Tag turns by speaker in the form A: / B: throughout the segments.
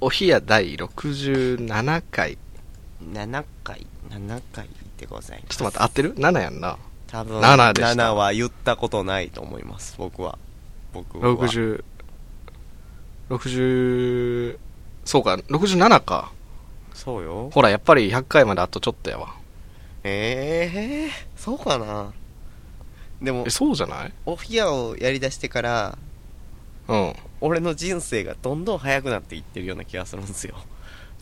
A: お冷や第67回。
B: 7回7回でございます
A: ちょっと待って、合ってる ?7 やんな。
B: 多分
A: 7でした
B: 7は言ったことないと思います僕は僕は
A: 60、60、そうか、67か。
B: そうよ
A: ほら、やっぱり100回まであとちょっとやわ。
B: ええそうかなでも
A: え、そうじゃない
B: オフィアをやりだしてから
A: うん。
B: 俺の人生がどんどん早くなっていってるような気がするんですよ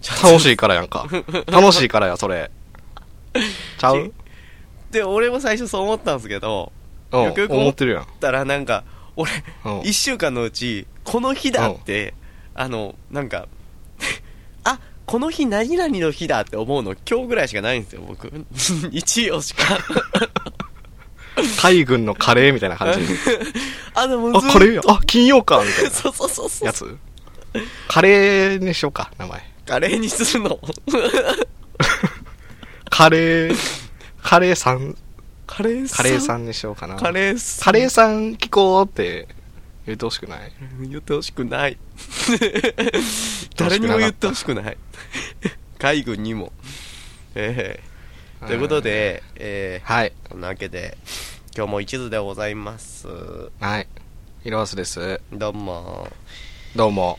B: ちょっと
A: 楽しいからやんか。楽しいからや、それ。ちゃう
B: で俺も最初そう思ったんですけど
A: うん。
B: よくよく
A: 思ってるやん。
B: たらなんか俺
A: うん。
B: 1週間のうちこの日だってあのなんか あこの日何々の日だって思うの今日ぐらいしかないんですよ僕 日曜し か
A: 海軍のカレーみたいな 感じ。
B: あでも
A: あ、
B: ずっ
A: カレーや。あ、金曜か、みたい
B: と そうそうそう
A: な
B: そう
A: やつ。カレーにしようか、名前。
B: カレーにするの
A: カレー、カレーさん、
B: カレーさん
A: カレーさんにしようかな。
B: カレーさん
A: カレーさん聞こうって言ってほしくない
B: 言ってほしくな い
A: てほしくなかった
B: 誰にも言ってほし くない海軍にもええということで、ええ
A: はい。
B: こんなわけで今日も一途でございます
A: はい。ヒロアスです。
B: どうも
A: どうも。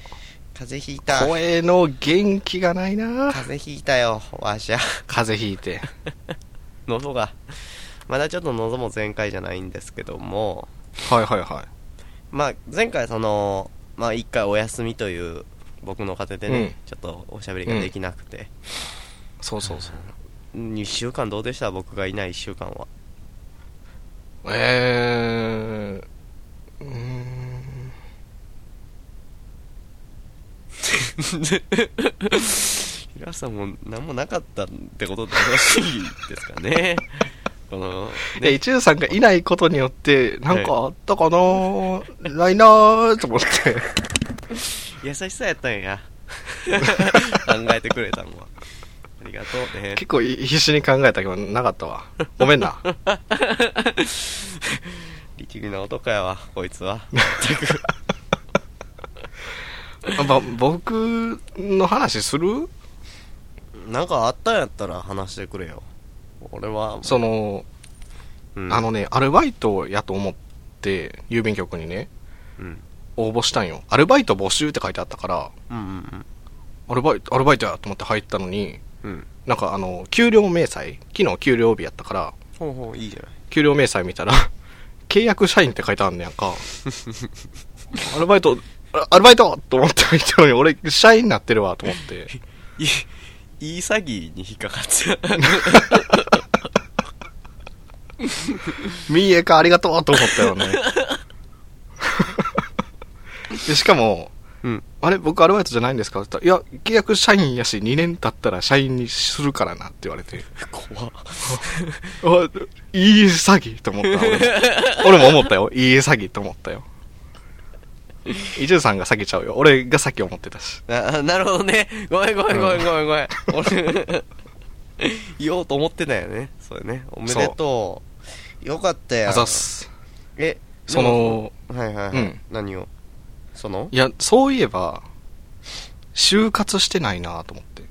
B: 風邪ひいた
A: 声の元気がないな
B: 風邪ひいたよわしゃ
A: 風邪ひいて。
B: 喉がまだちょっと喉も全開じゃないんですけども
A: はいはいはい。
B: まあ前回そのまあ一回お休みという僕の家庭でね、
A: うん
B: ちょっとおしゃべりができなくて、
A: そうそうそう。
B: 1週間どうでした僕がいない1週間は
A: えー、うーん。
B: 平瀬さんも何もなかったってことでよろしいです かねこの
A: で、
B: ね
A: 一中さんがいないことによって、なんかあったかなー、ないなーと思って。
B: 優しさやったんや考えてくれたの はありがとうね
A: 結構い必死に考えたけど、なかったわ。ごめんな。
B: 力みな男やわこいつ は
A: やっぱ僕の話する
B: なんかあったんやったら話してくれよ俺は
A: その、
B: うん
A: あのね、アルバイトやと思って、郵便局にね、
B: うん
A: 応募したんよ。アルバイト募集って書いてあったから、
B: うんうん
A: アルバイト、アルバイトやと思って入ったのに、
B: うんうん
A: なんかあの、給料明細、昨日給料日やったから、
B: ほうほういいじゃない
A: 給料明細見たら、 契約社員って書いてあんねやん か。アルバイト、あアルバイトと思って入ったのに、俺、社員になってるわと思っ て。
B: いいいい詐欺に引っかかっちゃう
A: ミーエかありがとうと思ったよ ね。でしかも、
B: うん
A: あれ、僕アルバイトじゃないんですかって言ったら、いや、契約社員やし、2年経ったら社員にするからなって言われて、
B: 怖っ
A: あいい詐欺と思った。俺も 俺も思ったよ。いい詐欺と思ったよ。伊集さんが詐欺ちゃうよ。俺が詐欺思ってたし。
B: あなるほどねごめんごめんごめんごめんごめん俺 言おうと思ってたよねそれねおめでとうよかったや
A: あざっす。
B: え
A: その、
B: でもはいはいはい、
A: うん
B: 何をその
A: いや、そういえば、就活してないなと思って。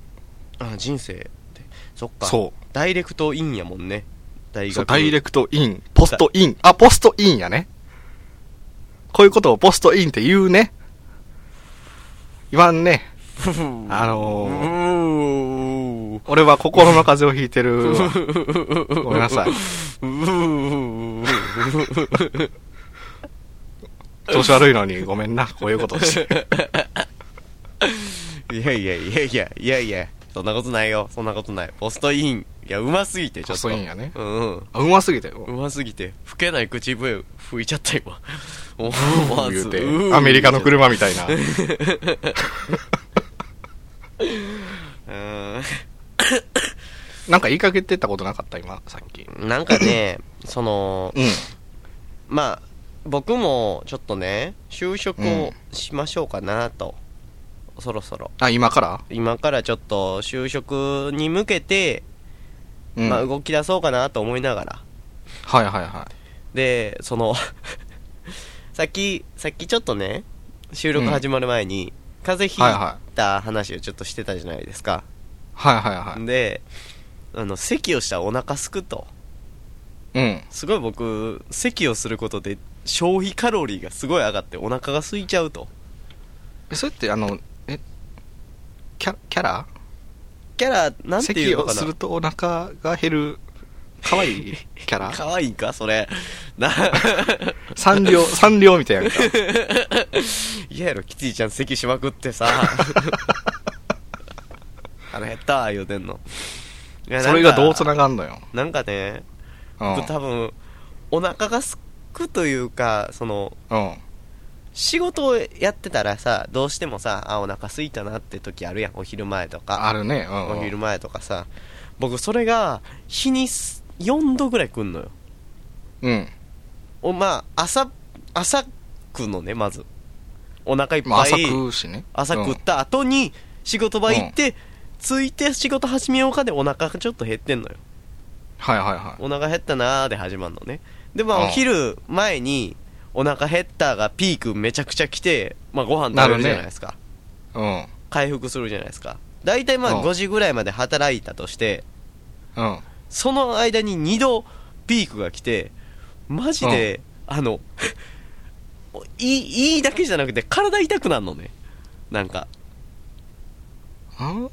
B: あ人生ってそっか
A: そう。
B: ダイレクトインやもんね大
A: そう
B: 学
A: ダイレクトイン、ポストイン。あ、ポストインやね。こういうことをポストインって言うね。言わんね。あ
B: う
A: のー、
B: ーう
A: 俺は心の風邪をひいてるわ。ごめんなさい。
B: ー
A: 調子悪いのにごめんな。こういうことして。
B: いやいやいやいやいやいやそんなことないよそんなことないポストインいやうますぎてちょ
A: ポ
B: っ
A: ス
B: と
A: トインやね。
B: うんうん
A: あ、うますぎて。
B: うますぎて吹けない口笛吹いちゃった今思わ
A: 言
B: ず
A: うて。アメリカの車みたいな。
B: う
A: なんか言いかけてたことなかった今、さっき。
B: んなんかねその
A: うん。
B: まあ僕もちょっとね就職
A: う
B: をしましょうかなと、そろそろ
A: あ、今から
B: 今からちょっと就職に向けて、
A: うん。
B: まあ、
A: はい
B: 動き出そうかなと思いながら
A: はいは
B: で そのさっきさっきちょっとね収録始まる前に、風邪ひいた話をちょっとしてたじゃないですか。
A: はいはいはい。
B: で、あの、咳をしたらお腹すくと。
A: うん。
B: すごい僕、咳をすることで消費カロリーがすごい上がってお腹が空いちゃうと。
A: えそれって、あの、え、キャキャラ
B: キャラ、なんてい
A: 咳
B: うの
A: を
B: か
A: する
B: な。
A: とお腹が減る、可愛いキャラ
B: かわいいか、それ。な、
A: 三両、三両みたいなやんか。
B: いややろ、キティちゃん咳しまくっ てさ。腹減ったわ、言うてんの。いや
A: それがどう
B: なんか
A: 繋がんのよ。
B: なんかね、
A: うん。うん
B: 僕。多分、お腹がすくというか、その、
A: はい
B: 仕事をやってたらさどうしてもさあお腹空いたなって時あるやんお昼前とか
A: あるね。うんうん。
B: お昼前とかさ僕それが日にす4度ぐらい来んのよ
A: うん。
B: おまあ朝朝食うのねまずお腹いっぱい、
A: まあ、朝食うしね。
B: 朝食
A: う
B: っ
A: ん
B: た後に仕事場行って、着いて仕事始めようかでお腹がちょっと減ってんのよ
A: はいはいはい。
B: お腹減ったなーで始まるのねでま
A: うん
B: あお昼前にお腹減ったがピークめちゃくちゃ来て、まあ、ご飯食べるじゃないですか、
A: うん。
B: 回復するじゃないですか大体ま
A: う
B: あ
A: ん
B: 5時ぐらいまで働いたとして
A: うん。
B: その間に2度ピークが来てマジで、あのいいいいだけじゃなくて体痛くなるのねなんか
A: うん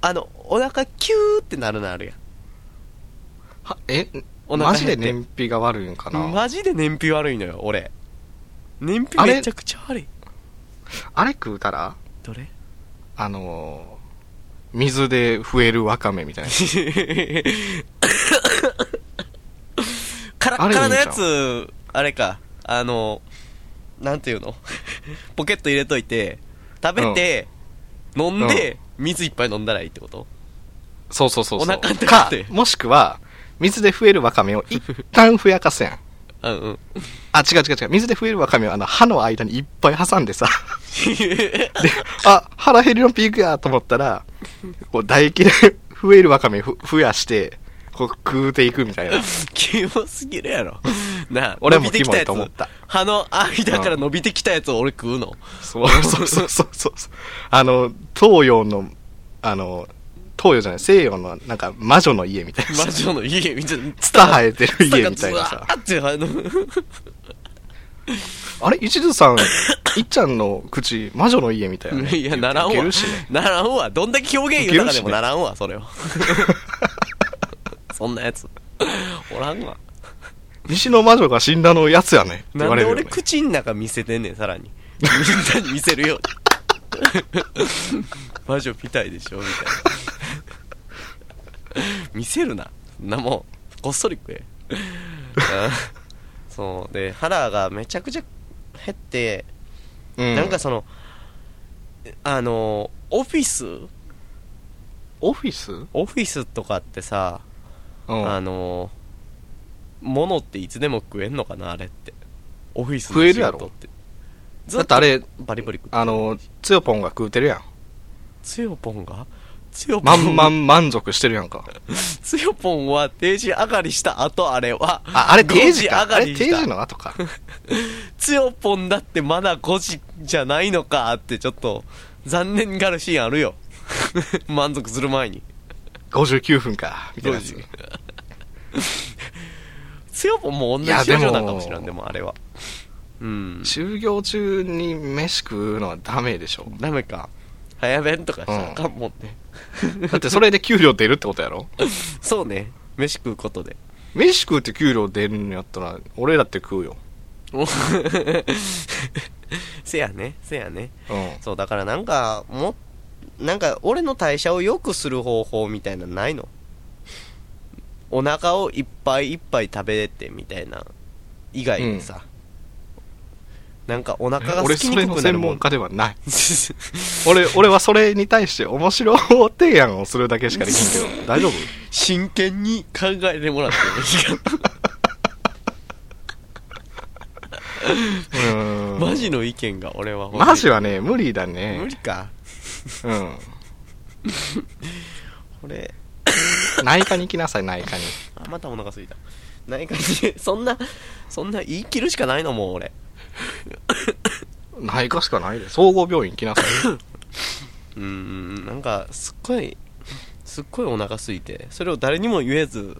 B: あのお腹キューってなるのあるやん
A: はえ
B: お腹減っ
A: マジで
B: て
A: 燃費が悪いんかな
B: マジで燃費悪いのよ俺燃
A: あ
B: 費
A: れ
B: めちゃくちゃ悪い
A: あれ食うたら
B: どれ
A: あのー水で増えるわかめみたい な
B: カラ
A: あれいいん
B: ッカラの
A: ちゃう
B: やつあれかあのなんていうの ポケット入れといて食べて、飲んで、水いっぱい飲んだらいいってこと
A: そうそうそうそう
B: お腹痛
A: か
B: くて
A: もしくは水で増えるわかめを一旦ふやかせん
B: うんうん
A: あ違う違う違う水で増えるわかめをあの歯の間にいっぱい挟ん でさであ腹減りのピークやと思った らこう唾液で増えるわかめふ増やしてこう食うていくみたいな
B: キモすぎる やろなあ
A: 俺も
B: 伸びてきたやつ
A: キモいと思った
B: 歯の間から伸びてきたやつを俺食 うの
A: そうそうそうそうそうそう。あの、東洋の、あの、東洋じゃない、西洋の、なんか、魔女の家みたいな。
B: 魔女の家みたいな
A: ツタ生えてる家みたいな
B: ツタ
A: さ
B: が。ズワーってあの
A: あれ、一途さん、いっちゃんの口、魔女の家 みたいな、ね。
B: いや、ならんわ。
A: いけるしね。
B: ならんわ。どんだけ表現豊かでも
A: いけるしね
B: ならんわ、それは。 そんなやつ。おらんわ。
A: 西の魔女が死んだのやつやね。って言
B: な
A: わ
B: ん
A: れる
B: で
A: よ、ね
B: 俺。口ん中見せてんねん、さらに。 みんなに 見せるように。魔女みたいでしょ、みたいな。見せるな。そんなもん、こっそり食え。 あそう。で、腹がめちゃくちゃ減って、
A: う
B: なんか、その、あの、オフィス
A: オフィスうん。
B: オフィスとかってさ、あのー、物っていつでも食えんのかなあれってオフィスの
A: 食える
B: 仕
A: やろ
B: 事って
A: だってあれ、
B: バリバリ食
A: あの、つよぽんが食うてるやん。
B: つよぽんがつよぽ
A: ま
B: ん
A: ん まん満足してるやんか。
B: つよぽんは定時上がりした後あれは
A: あ、あ れ定時
B: 5
A: か。あれ定
B: した
A: 時の後 か。
B: つよぽんだってまだ5時じゃないのかってちょっと残念がるシーンあるよ 満足する前に
A: 59分か。みたいなやつ。
B: 5つよぽんも同
A: い
B: じ
A: や
B: 症
A: でも
B: 状なんかもしれんでもあれはうん
A: 就業中に飯食うのはダメでしょ
B: ダメか早弁とかしたらあかんもんね、
A: だってそれで給料出るってことやろ
B: そうね飯食うことで
A: 飯食うって給料出るんやったら俺だって食うよ
B: せやねせやね
A: うん
B: そうだからなんかもなんか俺の代謝を良くする方法みたいなのないのお腹をいっぱいいっぱい食べてみたいな以外にさ、なんかお腹が空
A: 俺
B: き
A: そ
B: に
A: れ
B: く
A: の
B: くなる
A: 専
B: も
A: 門
B: ん
A: 家ではない俺俺はそれに対して面白提案をするだけしかできん けど大丈夫
B: 真剣に考えてもらってもいいか
A: うーん
B: なマジの意見が俺は欲しい
A: マジはね無理だね
B: 無理か
A: うん
B: これ
A: 内科に行きなさい内科に
B: あまたお腹すいた ない感じそんなそんな言い切るしかないのもう俺
A: 内科しかないで総合病院来な さい
B: うんうんなんかすっごいすっごいお腹空いてそれを誰にも言えず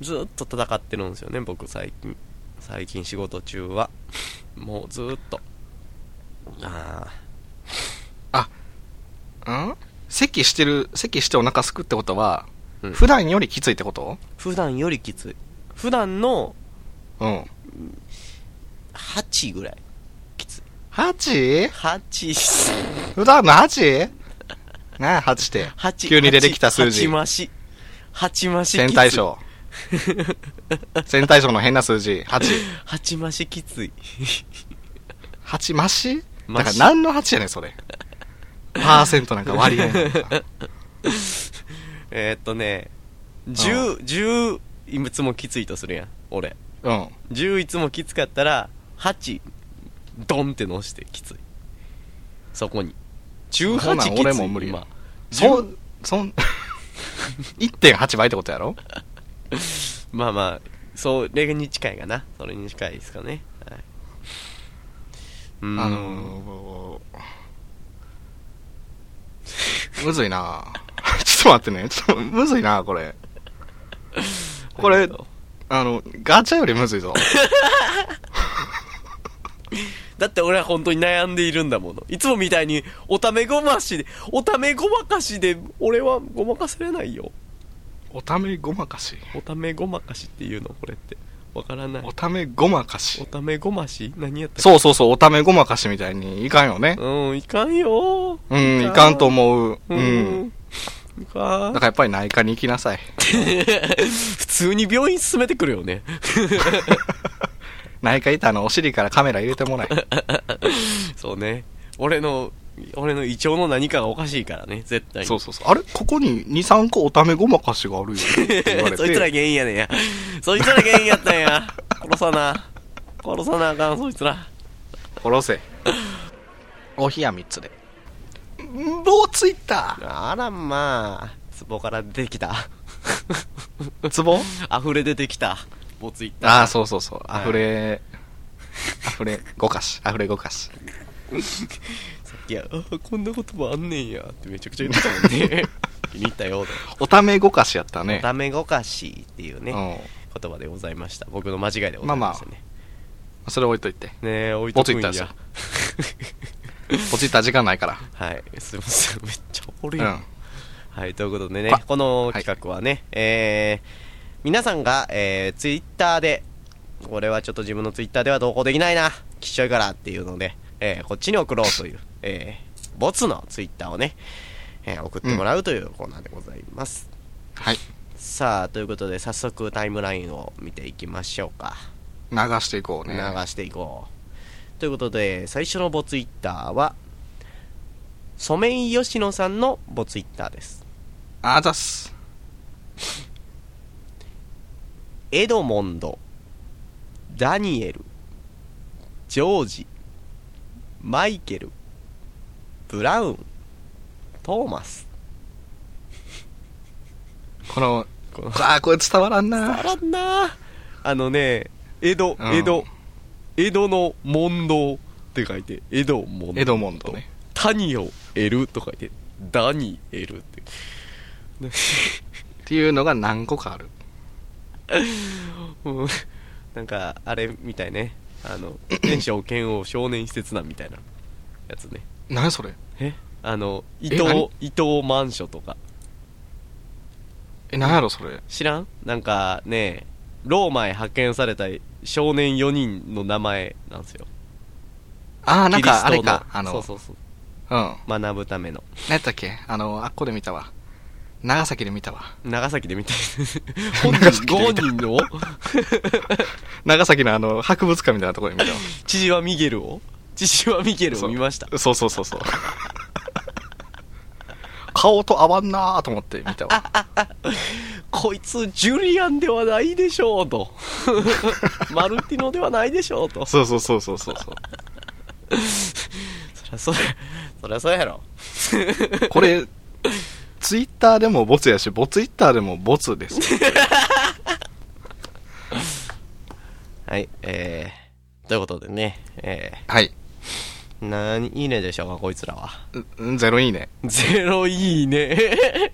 B: ずっと戦ってるんですよね僕最近最近仕事中はもうずっとあ
A: うん咳してる咳してお腹すくってことは、
B: うん
A: 普段よりきついってこと
B: あ普段よりきつい普段の
A: うん
B: 8ぐらいきつい
A: 8?
B: 8
A: 普段の 8? ね8して
B: 八
A: 急に出てきた数字
B: 8増し8増しきつい
A: 線対称線対称の変な数字88
B: 8増しきつい
A: マシだ
B: マ
A: から
B: シ
A: 何の8やねんそれパーセントなんか割合なんか
B: えーっとね1010いつもきついとするやん俺
A: うん
B: 10いつもきつかったら8ドンって乗してきついそこに
A: ほ
B: 18
A: な
B: きつい
A: 俺も無理や
B: 今
A: そ
B: 10
A: んそん1.8倍ってことやろ
B: まあまあそれに近いかなそれに近いですかね、はい、うーん
A: あのー、むずいなちょっと待ってね。ちょっと、むずいなこ れ。こ
B: あ
A: れ
B: りが、とう
A: あの、ガチャよりむずい ぞ。
B: だって俺は本当に悩んでいるんだものいつもみたいにおためごましでおためごまかしで俺はごまかせれないよ
A: おためごまかし。
B: おためごまかしっていうのこれってわからない
A: おためごまか
B: お
A: し。
B: ためごまし何やったっけ
A: そうそうそう、おためごまかしみたいにいかんよね。
B: うん、いかんよ。
A: うん、いかんと思う。
B: う
A: うん。
B: ん。いか
A: だ
B: ん
A: からやっぱり内科に行きなさい。
B: 普通に病院進めてくるよね。
A: 内科行ったらあのお尻からカメラ入れても らえ。
B: そうね。俺の、俺の胃腸の何かがおかしいからね、絶対に。
A: そうそうそう。あれここに2、3個おためごまかしがあるよ。って言 われ
B: そいつら
A: て。
B: 原因やねんや。そいつら原因やったんや。殺さな。殺さなあかん、そいつら。
A: 殺せ。お冷や3つで。棒ついた
B: あらまあ、壺から出てきた。
A: ツボ
B: 溢れ出てきた。ぼついった。
A: ああ、そうそうそう。あふれ、あふれごかし。あふれごかし。
B: さっきや、あこんな言葉あんねんや。ってめちゃくちゃ言って たもんね。気に入ったよ、と。
A: おためごかしやったね。
B: ダメごかしっていうね。
A: う
B: 言葉でございました僕の間違いでございましたね、
A: ん。それ置いといて。
B: ねえ置いとく
A: も
B: んや
A: うついたんポチった時間ないから。
B: はいすいませんめっちゃおる
A: う
B: やん、
A: ん。
B: はいということでね
A: こ
B: この企画はね、えー、皆さんが、えー、ツイッターでこれはちょっと自分のツイッターでは投稿できないなきっしょいからっていうので、えー、こっちに送ろうという、えー、ボツのツイッターをね、えー、送ってもらうというコーナーでございます、
A: はい。
B: さあということで早速タイムラインを見ていきましょうか
A: 流していこうね。
B: 流していこう。ということで、最初のボツイッターは、ソメイヨシノさんのボツイッターです。
A: あざっす。
B: エドモンド、ダニエル、ジョージ、マイケル、ブラウン、トーマス。
A: この、
B: この
A: ああ、これ伝わらん
B: あ
A: な。
B: らんなあのね、江戸、
A: うん
B: 江戸、江戸の問答って書いて、江戸問答。
A: エドモンドね。
B: 谷を得ると書いて、ダニエルって。
A: っていうのが何個かある。
B: うんなんか、あれみたいね。あ の、天正剣王少年施設団みたいなやつね。
A: 何それ
B: えあの、伊
A: え
B: 藤
A: 何、
B: 伊藤満書とか。
A: え、何やろそれ。
B: 知らんなんかね、ローマへ派遣された少年4人の名前なんですよ。
A: ああ、なんかあ
B: キリ
A: れ
B: ストの
A: か。あの、
B: そうそうそう。
A: うん。何
B: 学ぶための。
A: やったっけあの、あっこで見たわ。長崎で見たわ。
B: 長崎で見たい。 本
A: 長崎
B: 人
A: で見
B: ご
A: た
B: 人の
A: 長崎のあの、博物館みたいなところで見たわ。
B: 千々和ミゲルを千々和ミゲルを見ました。
A: そうそうそうそう顔と合わんなーと思って見たわ
B: こいつ、ジュリアンではないでしょ うと。マルティノではないでしょうと。
A: そうそうそうそうそうそう
B: そりゃそうや、そりゃそうやろ。
A: これツイッターでもボツやしボツイッターでもボツです
B: はい、えー、ということでね、え
A: はい
B: ー、何いいねでしょうかこいつらは
A: うんゼロいいね
B: ゼロいいね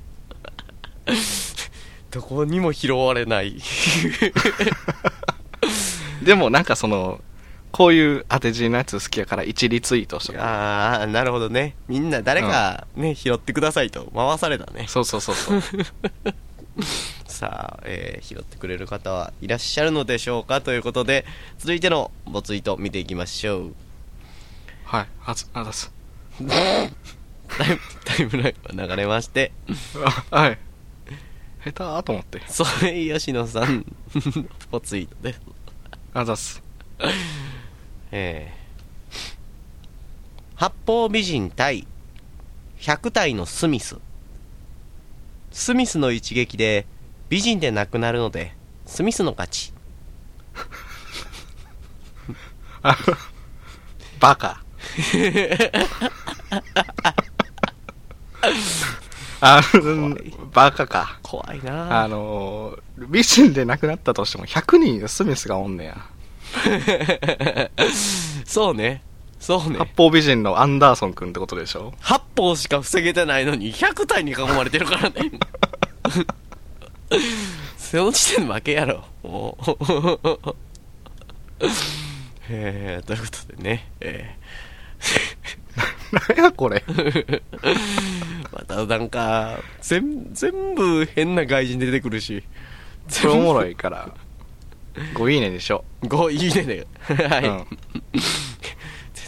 B: どこにも拾われない
A: でもなんかそのこういう当て字のやつ好きやから一リツイートしとか
B: ああなるほどねみんな誰かね、拾ってくださいと回されたね
A: そうそうそうそう
B: さあ、えー拾ってくれる方はいらっしゃるのでしょうかということで続いてのボツイート見ていきましょう
A: はいあつあざっす
B: タイムタイムラインが流れまして
A: あはい下手ーと思って
B: それ吉野さんボツイートです
A: あざっす
B: えー八方美人対100体のスミススミスの一撃で美人でなくなるのでスミスの勝ち
A: あバ カあのバカか
B: 怖いな
A: あ
B: あ
A: のー、美人で亡くなったとしても100人スミスがおんねや。
B: そうねそうね
A: 八方美人のアンダーソン君ってことでしょ
B: 八方しか防げてないのに100体に囲まれてるから ねその時点で負けやろもうえー、ということでね、え
A: なんやこ れ。
B: ー、またなんか全全部変な外人出てくるし
A: それおもろいから。5いいねでしょ。
B: 5いいね ねはい、
A: うん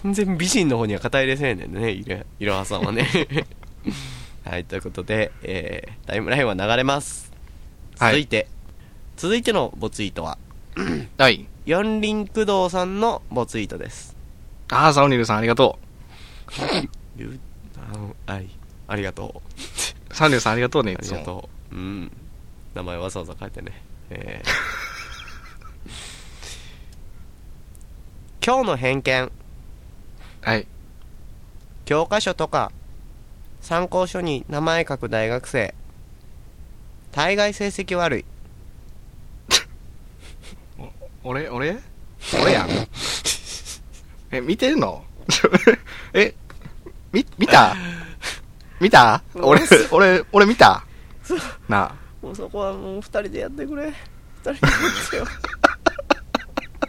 B: 全然美人の方には肩入れせえねんねいろいろはさんはね はいということで、えータイムラインは流れます
A: はい
B: 続いて、続いてのボツイートは
A: はい。
B: 四輪駆動さんのボツイートです
A: あー、サオニルさんありがと
B: ゆあのはいありがとう
A: う。サオニルさんありがとうね、い
B: あり
A: つ
B: が
A: も。
B: とううん名前わざわざ書いてねえー 今日の偏見
A: はい。
B: 教科書とか参考書に名前書く大学生大概成績悪い
A: 俺、俺俺 やん。え、見てんの え、み、見た見た俺、 俺、俺見たなあ。
B: もうそこはもう二人でやってくれ二人でやって よ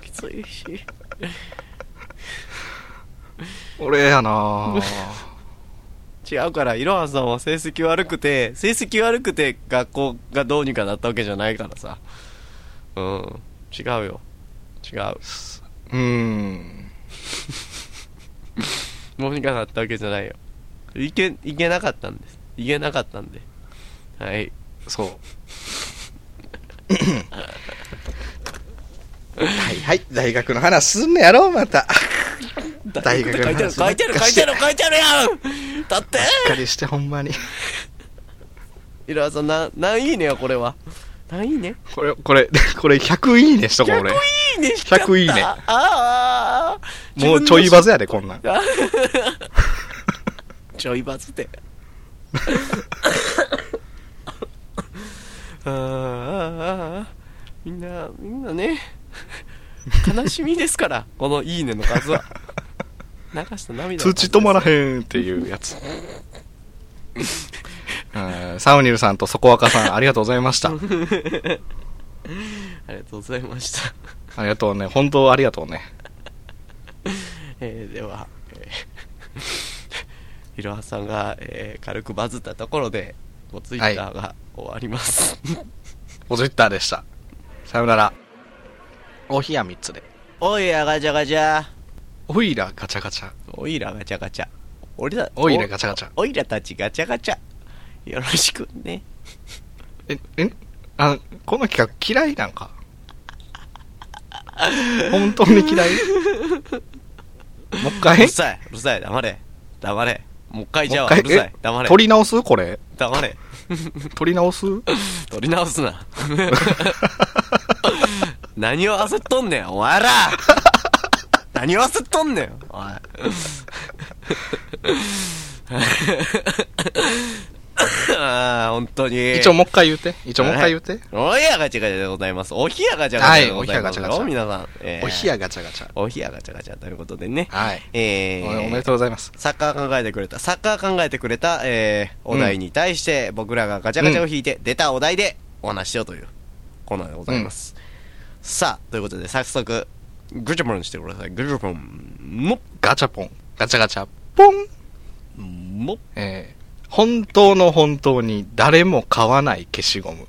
B: きついし
A: 俺やなあ
B: 違うからいろはさんは成績悪くて成績悪くて学校がどうにかなったわけじゃないからさうん違うよ違う
A: うーん。
B: どうにかなったわけじゃないよいけいけなかったんですいけなかったんではい
A: そう。はいはい、大学の話すんのやろ、また。大学の
B: 書いてる
A: 話
B: 書いてる書いてる書いてるやんだって
A: しっかりして、ほんまに。
B: いろはさんな何いいねよこれは何いいね
A: これ、これ、これ100いいねしとこう、
B: 100
A: 俺。
B: いいねしちゃった
A: 100いいね
B: ああー
A: もうちょいバズやで、こんなん。
B: ちょいバズって。あーあーあーみんな、みんなね、悲しみですから、このいいねの数は。流した涙の数
A: 通知止まらへんっていうや つ。うんサウニルさんとソコワカさん、ありがとうございました。
B: ありがとうございました。
A: ありがとうね。本当ありがとうね。
B: えーでは、えーいろはさんが、えー軽くバズったところで、もうツイッターが終わります。
A: ポジッターでした。さよなら。おひや3つで。
B: おいらガチャガチャ。
A: おいらガチャガチャ。
B: おいらガチャガチャ。俺ら、
A: おいらガチャガチャ。
B: おいらたちガチャガチャ。よろしくね。
A: え、えあ、この企画嫌いなん か本当に嫌いもう一
B: う
A: 回
B: るさい、うるさい、黙れ。黙れ。もう一回じゃあ、う
A: もう一
B: る
A: 回
B: さい
A: え、
B: 黙れ。
A: 取り直すこれ。
B: 黙れ。
A: 取り直す
B: 取り直 すな。何を焦っとんねん、お前ら。何を焦っとんねん、 おい。 な本当に。
A: 一応もう一回言うて。一応もう一回言うて。
B: おひやがちゃがちゃでございます。おひやがちゃがちゃでございますよ。
A: はいおひ
B: 皆さん。えー
A: お冷やガチャガチャ。
B: おひやがちゃがちゃということでね。
A: はい。
B: え
A: お
B: ー、
A: おめでとうございます。
B: サッカー考えてくれた、サッカー考えてくれた、えー、お題に対して、僕らがガチャガチャを引いて、出たお題でお話ししようというコーナーでございます。さあ、ということで、早速、グジャポンしてください。グジャポン、も
A: ガチャポン。ガチャガチャ。ポン
B: っ、もっ、
A: えー本当の本当に誰も買わない消しゴム。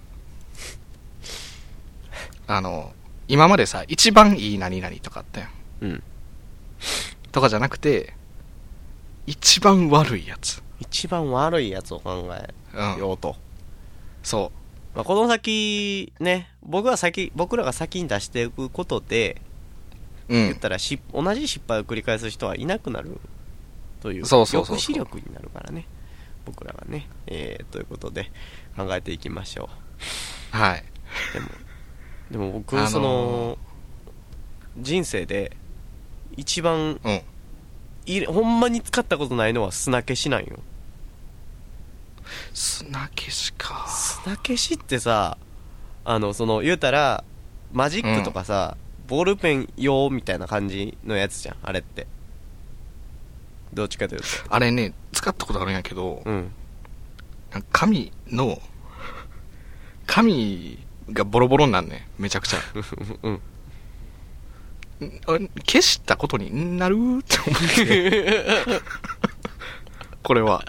A: あの、今までさ、一番いい何々とかあったやん。
B: うん。
A: とかじゃなくて、一番悪いやつ。
B: 一番悪いやつを考
A: うん
B: えようと。
A: そ
B: まあ、この先、ね、僕は先、僕らが先に出していくことで、
A: う。う
B: 言っ
A: ん。
B: たらし、同じ失敗を繰り返す人はいなくなるという
A: そうそうそうそう
B: 抑止力になるからね僕らがね、えー、ということで考えていきましょ
A: はい。
B: うでも僕、
A: あのー
B: その人生で一番
A: うん。
B: いれほんまに使ったことないのは砂消しなんよ
A: 砂消しか。
B: 砂消しってさあのその言うたらマジックとかさ、ボールペン用みたいな感じのやつじゃんあれってどっちかというと
A: あれね、使ったことあるんやけど、
B: うん
A: なんか紙の、紙がボロボロになんねんめちゃく ちゃ。
B: うん
A: んあ消したことになるって思って。 これ は。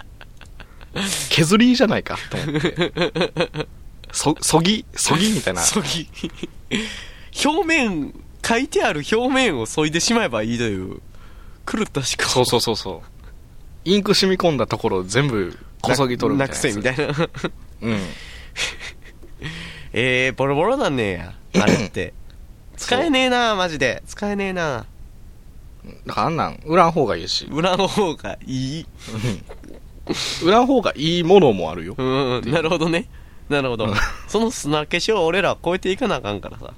A: 削りじゃないかと思って。そ、そぎ、そぎみ たいな。
B: そぎ表面書いてある表面を削いでしまえばいいという狂ったしか
A: そうそうそうそう。インク染み込んだところを全部こそぎ取るみ
B: な
A: たい
B: く
A: な
B: せ
A: やつ。
B: みたいな
A: うん。
B: えー、ボロボロなんねやあれって使えねえなマジで使えねえな
A: だからあんなん、売らん方がいいし。
B: 裏の方がいい
A: 売らん方がいいものもあるよ
B: う。んうんなるほどねなるほど
A: うん
B: その砂消しを俺らは超えていかなあかんからさ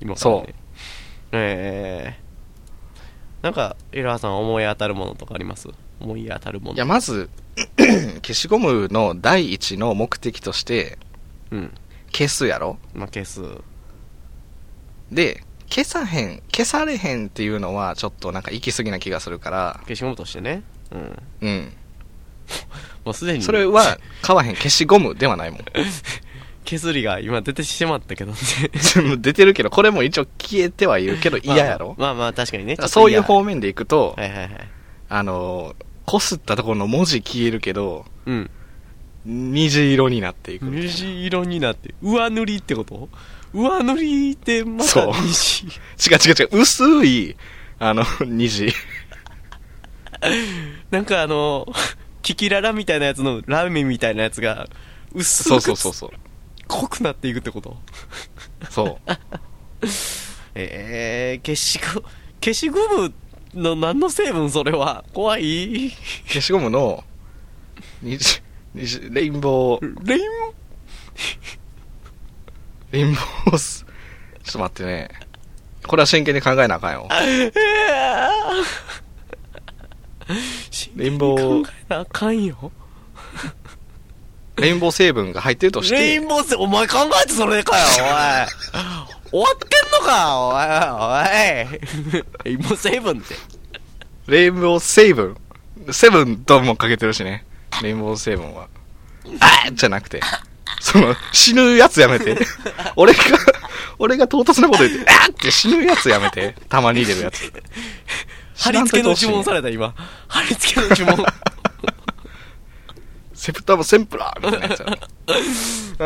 B: 今からね
A: そう
B: えー、なんかエラーさん思い当たるものとかあります思い当たるもの
A: いや、まず、 消しゴムの第一の目的として、
B: うん
A: 消すやろ
B: まあ消す
A: で、消さへん、消されへんっていうのは、ちょっとなんか行き過ぎな気がするから、
B: 消しゴムとしてね。うん。
A: うん。
B: もうすでに。
A: それは、買わへん消しゴムではないもん。
B: 削りが今出てしまったけどね。
A: 全部出てるけど、これも一応消えてはいるけど 嫌やろ、
B: まあまあまあ確かにね。
A: そういう
B: ちょっ
A: 方面で行くと
B: と、嫌はいはいはい。
A: あのー、こすったところの文字消えるけど、
B: うん。
A: 虹色になっていくみたいな。
B: 虹色になって、上塗りってこと上塗りってまた
A: そう
B: 虹。
A: 違う違う違う、薄い、あの、虹。
B: なんかあの、 キキララみたいなやつのラーメンみたいなやつが、薄く
A: そうそうそうそう。
B: 濃くなっていくってこと
A: そう。
B: えー、消しゴム、消しゴムの何の成分それは怖い
A: 消しゴムの、虹、虹、レインボー、
B: レイン
A: レインボース。ちょっと待ってね。これは真剣に考えなあかんよ。レインボー
B: 考えなあかんよ。
A: レインボー成分が入ってるとし
B: レイ
A: て、
B: ンボーセお前考えてそれかよ、 おい。終わってんのか、おい、おい。レインボーセブンって。
A: レインボー成分。セブンともかけてるしね。レインボー成分は。あーじゃなくて。その、死ぬやつやめて。俺が、俺が唐突なこと言って、あーって死ぬやつやめて。たまに出るやつ。
B: 貼り付け
A: 知らんといてほ
B: の呪
A: しい
B: 文された、今。貼り付けの呪文。
A: セプタムセンプラーみたいなやつやろ。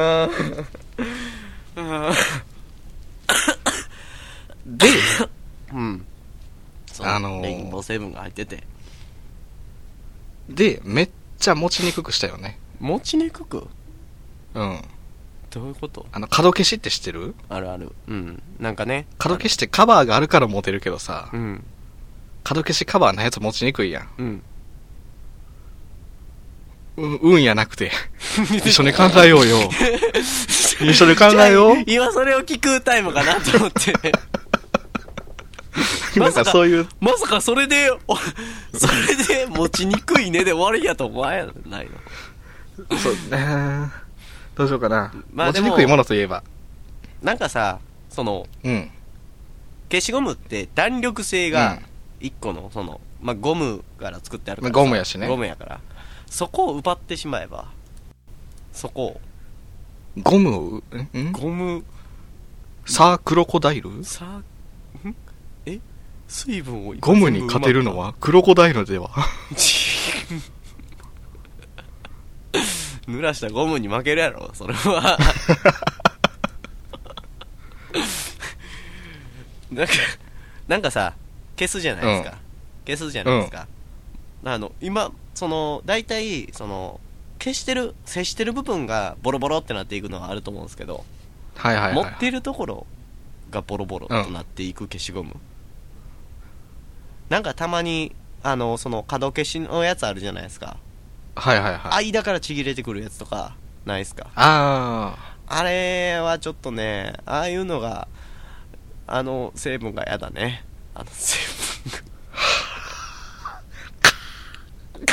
A: で、
B: うん。そう
A: あのー
B: レインボーセブンが入ってて。
A: で、めっちゃ持ちにくくしたよね。
B: 持ちにくく
A: うん。
B: どういうこと
A: あの、角消しって知ってる
B: あるある。うん。なんかね。
A: 角消しってカバーがあるから持てるけどさ、
B: うん。
A: 角消しカバーないやつ持ちにくいやん。
B: うん。
A: うん、うんやなく て。一緒に考えようよ。一緒に考えよう。
B: 今それを聞くタイムかなと思 って。
A: なんかそういう、
B: まさかそれで、おそれで持ちにくいねで終わりやと思わないの。
A: そう、えーどうしようかな。
B: まあ
A: 持
B: で
A: ち
B: も
A: にくいものといえば。
B: なんかさ、その、
A: うん。
B: 消しゴムって弾力性が一個の、その、まあ、ゴムから作ってあるからさ。
A: まあゴムやしね
B: ゴムやから。そこを奪ってしまえば、そこを、
A: ゴムを、んん
B: ゴム、
A: サークロコダイル
B: さ、んえ水分を
A: ゴムに勝てるのはクロコダイルでは
B: 全部埋まった 濡らしたゴムに負けるやろ、それは。 なんか、なんかさ、消すじゃないですか。消すじゃないですか。あの、今、その、大体、その、消してる、接してる部分がボロボロってなっていくのはあると思うんですけど、
A: はいはいはい。
B: 持ってるところがボロボロとなっていく消しゴム、なんかたまにあのその角消しのやつあるじゃないですか、
A: はいはいはい。
B: 間からちぎれてくるやつとかないですか
A: あ
B: あれはちょっとねああいうのがあの成分がやだねあの成分が
A: ー、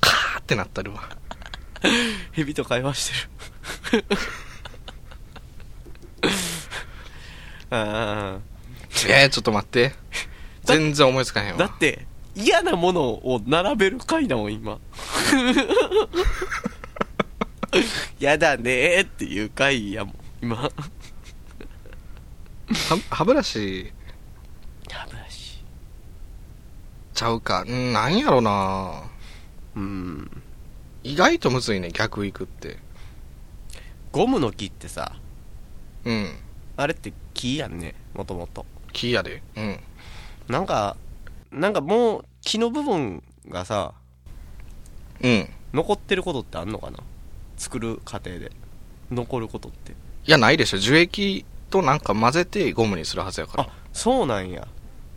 A: カーってなったる わ。
B: 蛇と会話してる ああ
A: えー、ちょっと待って。
B: だ
A: 全然思いつかへん
B: だ
A: わ
B: っ。て嫌なものを並べる回だも ん今やだねーっていう回やもん今
A: は歯ブラシ
B: 歯ブラシ
A: ちゃうか。うん、なんやろな
B: うん
A: 意外とむずいね、逆行くって。
B: ゴムの木ってさ
A: うん。
B: あれって木やんねもともと
A: 木やで。うん。
B: なんかなんかもう木の部分がさ
A: うん。い
B: 残ってることってあんのかな作る過程で残ることって
A: や、ないでしょ。樹液となんか混ぜてゴムにするはずやから。
B: あそうなんや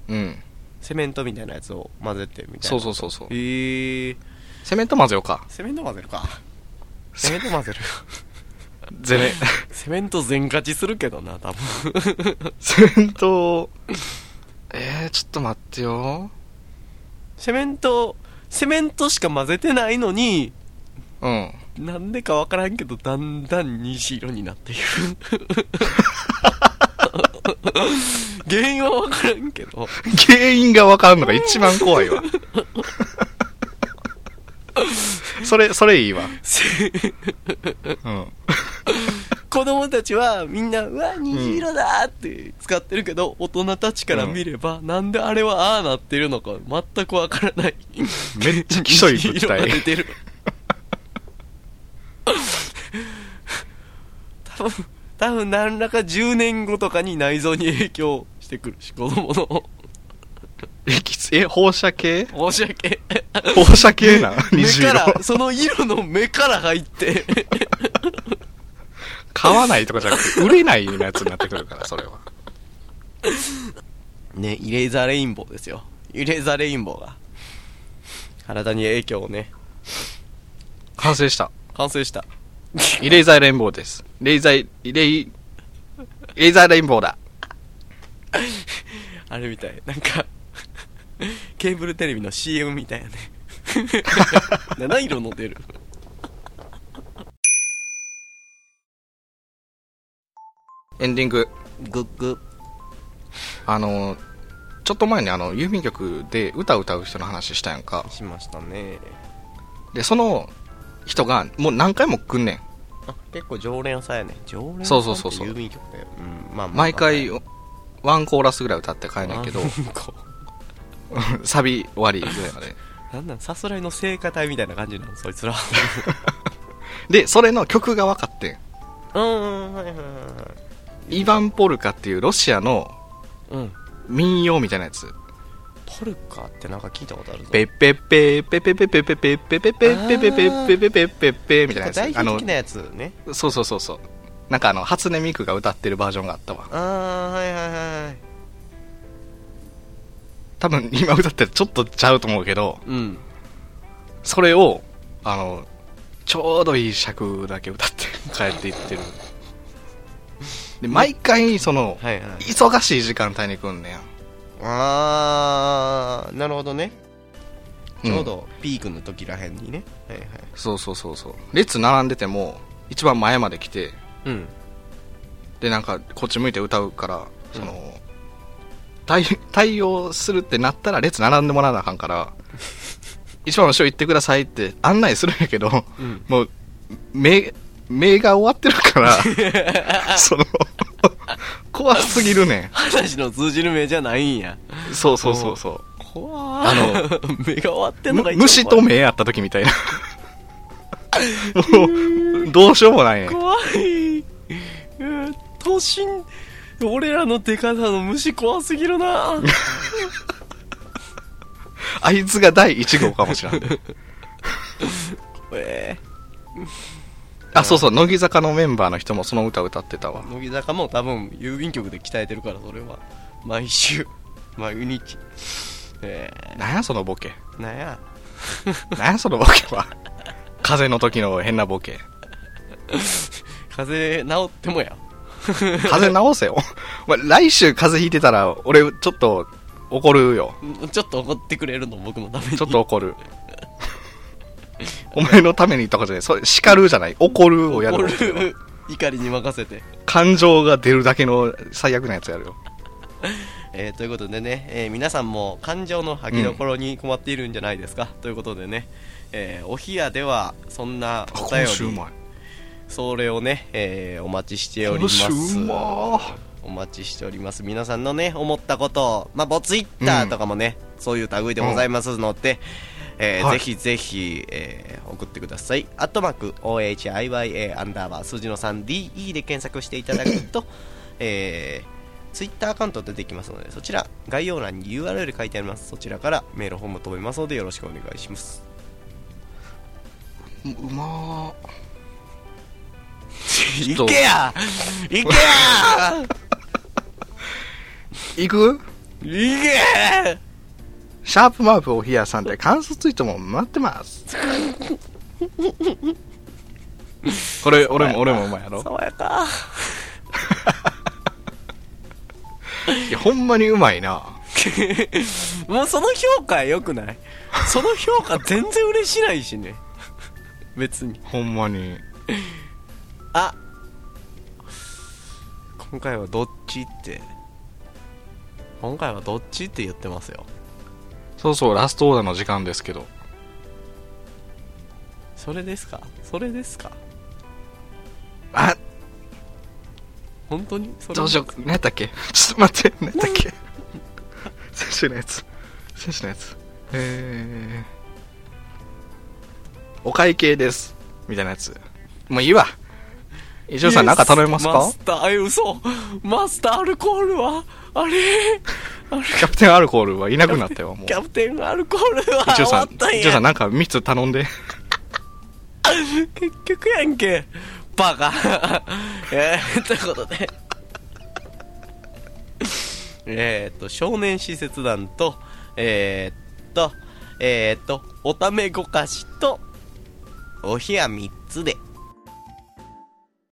A: うん。
B: セメントみたいなやつを混ぜてみたいな
A: そうそうそうそう。
B: へえー、
A: セメント混ぜようか。
B: セメント混ぜるかセメント混ぜ る
A: ゼメ、
B: セメント全勝ちするけどな多分
A: セメントを、えー、ちょっと待ってよ。
B: セメントセメントしか混ぜてないのに
A: うん。
B: なんでかわからんけどだんだん虹色になっていく 原因はわからんけど
A: 原因がわかるのが一番怖い わ。それ、それいいわ。
B: せ
A: うん。
B: 子供たちはみんな「うわ虹色だ!」って使ってるけど、大人たちから見れば、なんであれはああなってるのか全くわからない
A: めっちゃきしょい物
B: 色が出
A: 体。
B: てる多分多分何らか10年後とかに内臓に影響してくるし子供の
A: えきつえ、放射系
B: 申し訳
A: 放射系な
B: 目
A: 虹
B: か
A: 色。
B: らその色の目から入って
A: 買わないとかじゃなくて、売れないやつになってくるから、それは。
B: ねイレーザーレインボーですよイレーザーレインボーが体に影響をね
A: 完成した。
B: 完成した
A: イレイザーレインボーです。レイザー、イレイ、イレイザーレインボーだ。
B: あれみたいなんかケーブルテレビの CM みたいやね 七色の出る
A: エンディング。
B: グッグ
A: あの、ちょっと前にあの、郵便局で歌歌う人の話したやんか。
B: しましたね
A: で、その人が、もう何回も来んねん。
B: あ結構常連さんやね常連さ
A: そ
B: んっ
A: う
B: て
A: そうそうそう
B: 郵便局だよ、うんまあまあまあ
A: 毎回
B: はい、
A: ワンコーラスぐらい歌って帰んねんけど
B: な、んか
A: サビ終わりぐらいまで。
B: なんなんさすらいの聖歌隊みたいな感じなのそい つら
A: で、それの曲が分かってん。
B: うんうんはいはいはい
A: イヴァン・ポルカっていうロシアの
B: うん
A: 民謡みたいなやつ。
B: ポルカってなんか聞いたことあるぞ
A: ペッペッペーペッペッペッペッペッペッペッペッペッペッペッペッペッペッペッペッペッみたいなやつ。
B: 代
A: あ
B: 表
A: の
B: 的、なやつね
A: そうそうそうそう。なんかあの、初音ミクが歌ってるバージョンがあったわ。
B: ああはいはいはい
A: 多分今歌ってるちょっとちゃうと思うけど、
B: うん
A: それを、あの、ちょうどいい尺だけ歌って 帰っていってる。で、毎回、その、
B: はいはい
A: 忙しい時間帯に来んねやん。
B: ああなるほどねちょうどピークの時らへんにね、はいはい
A: そうそうそうそう列並んでても一番前まで来て
B: うん
A: でなんかこっち向いて歌うからその、対対応するってなったら列並んでもらわなあかんから 一番後ろ行ってくださいって案内するんやけど、
B: うん
A: もう目目が終わってるから その怖すぎるね
B: 話の通じる目じゃないんや
A: んそうそうそうそう
B: 怖あの 目が終わってんのが
A: む
B: 一
A: 虫
B: 番
A: と目やった時みた いなもうどうしようもないねん
B: 怖いえー都心俺らのデカさの虫怖すぎる な
A: あいつが第1号かもしれない
B: え
A: あそうそう乃木坂のメンバーの人もその歌歌ってたわ
B: ー乃木坂も多分郵便局で鍛えてるからそれは毎週 毎日え
A: なんやそのボケ
B: ー、なんや
A: なんやそのボケは風邪の時の変なボケ
B: 風邪治ってもや
A: 風邪治せよ お前来週風邪ひいてたら俺ちょっと怒るよ
B: んちょっと怒ってくれるの僕のために
A: ちょっと怒 るお前のためにとかじゃないそれ叱るじゃない怒るをやる
B: 怒
A: わそれは
B: る怒りに任せて
A: 感情が出るだけの最悪なやつやるよ
B: えーということでね、えー皆さんも感情の吐きどころに困っているんじゃないですか、ということでね、えーお冷やではそんなお
A: 今週う
B: 便り
A: まい
B: それをね、えーお待ちしてお
A: 今
B: りま
A: 週
B: す
A: うまい
B: お待ちしております皆さんのね思ったことまあボツイッターとかもね、そういう類でございますので、えー
A: はい
B: ぜひぜひ、えー送ってくださいアットマーク OHIYA アンダーバー数字の 3DE で検索していただくとえーツイッターアカウント出てきますのでそちら概要欄に URL 書いてありますそちらからメールフォーム飛べますのでよろしくお願いします
A: ううまー
B: い
A: ょっと
B: けやいけや
A: 行く
B: いけ
A: シャープマープおひやさんで感想ツイートも待って ますこれ俺も俺もお前やろ
B: 爽やか
A: いやほんまにうまいな
B: もうその評価良くないその評価全然嬉しないしね別に
A: ほんまに
B: あ今回はどっちって今回はどっちって言ってますよ
A: そうそうラストオーダーの時間ですけど
B: それですかそれですか
A: あ
B: 本当にそれ
A: どうしよう何やったっけちょっと待って何やったっけ選手のやつ選手のやつえー、お会計ですみたいなやつもういいわ一応さん
B: イエ
A: 何
B: ス
A: か頼めますか
B: マスターえ嘘マスターアルコールはあれあれ
A: キャプテンアルコールはいなくなったよもう
B: キャプテンアルコールは
A: 一
B: 終
A: 応
B: わ
A: さ
B: っ
A: ん、
B: たん
A: 一応さ
B: や
A: ん、なんか3つ頼んで。
B: 結局やんけバカ えー、ということで えーっと少年施設団とえー、っとえー、っとおためごかしとお部屋3つで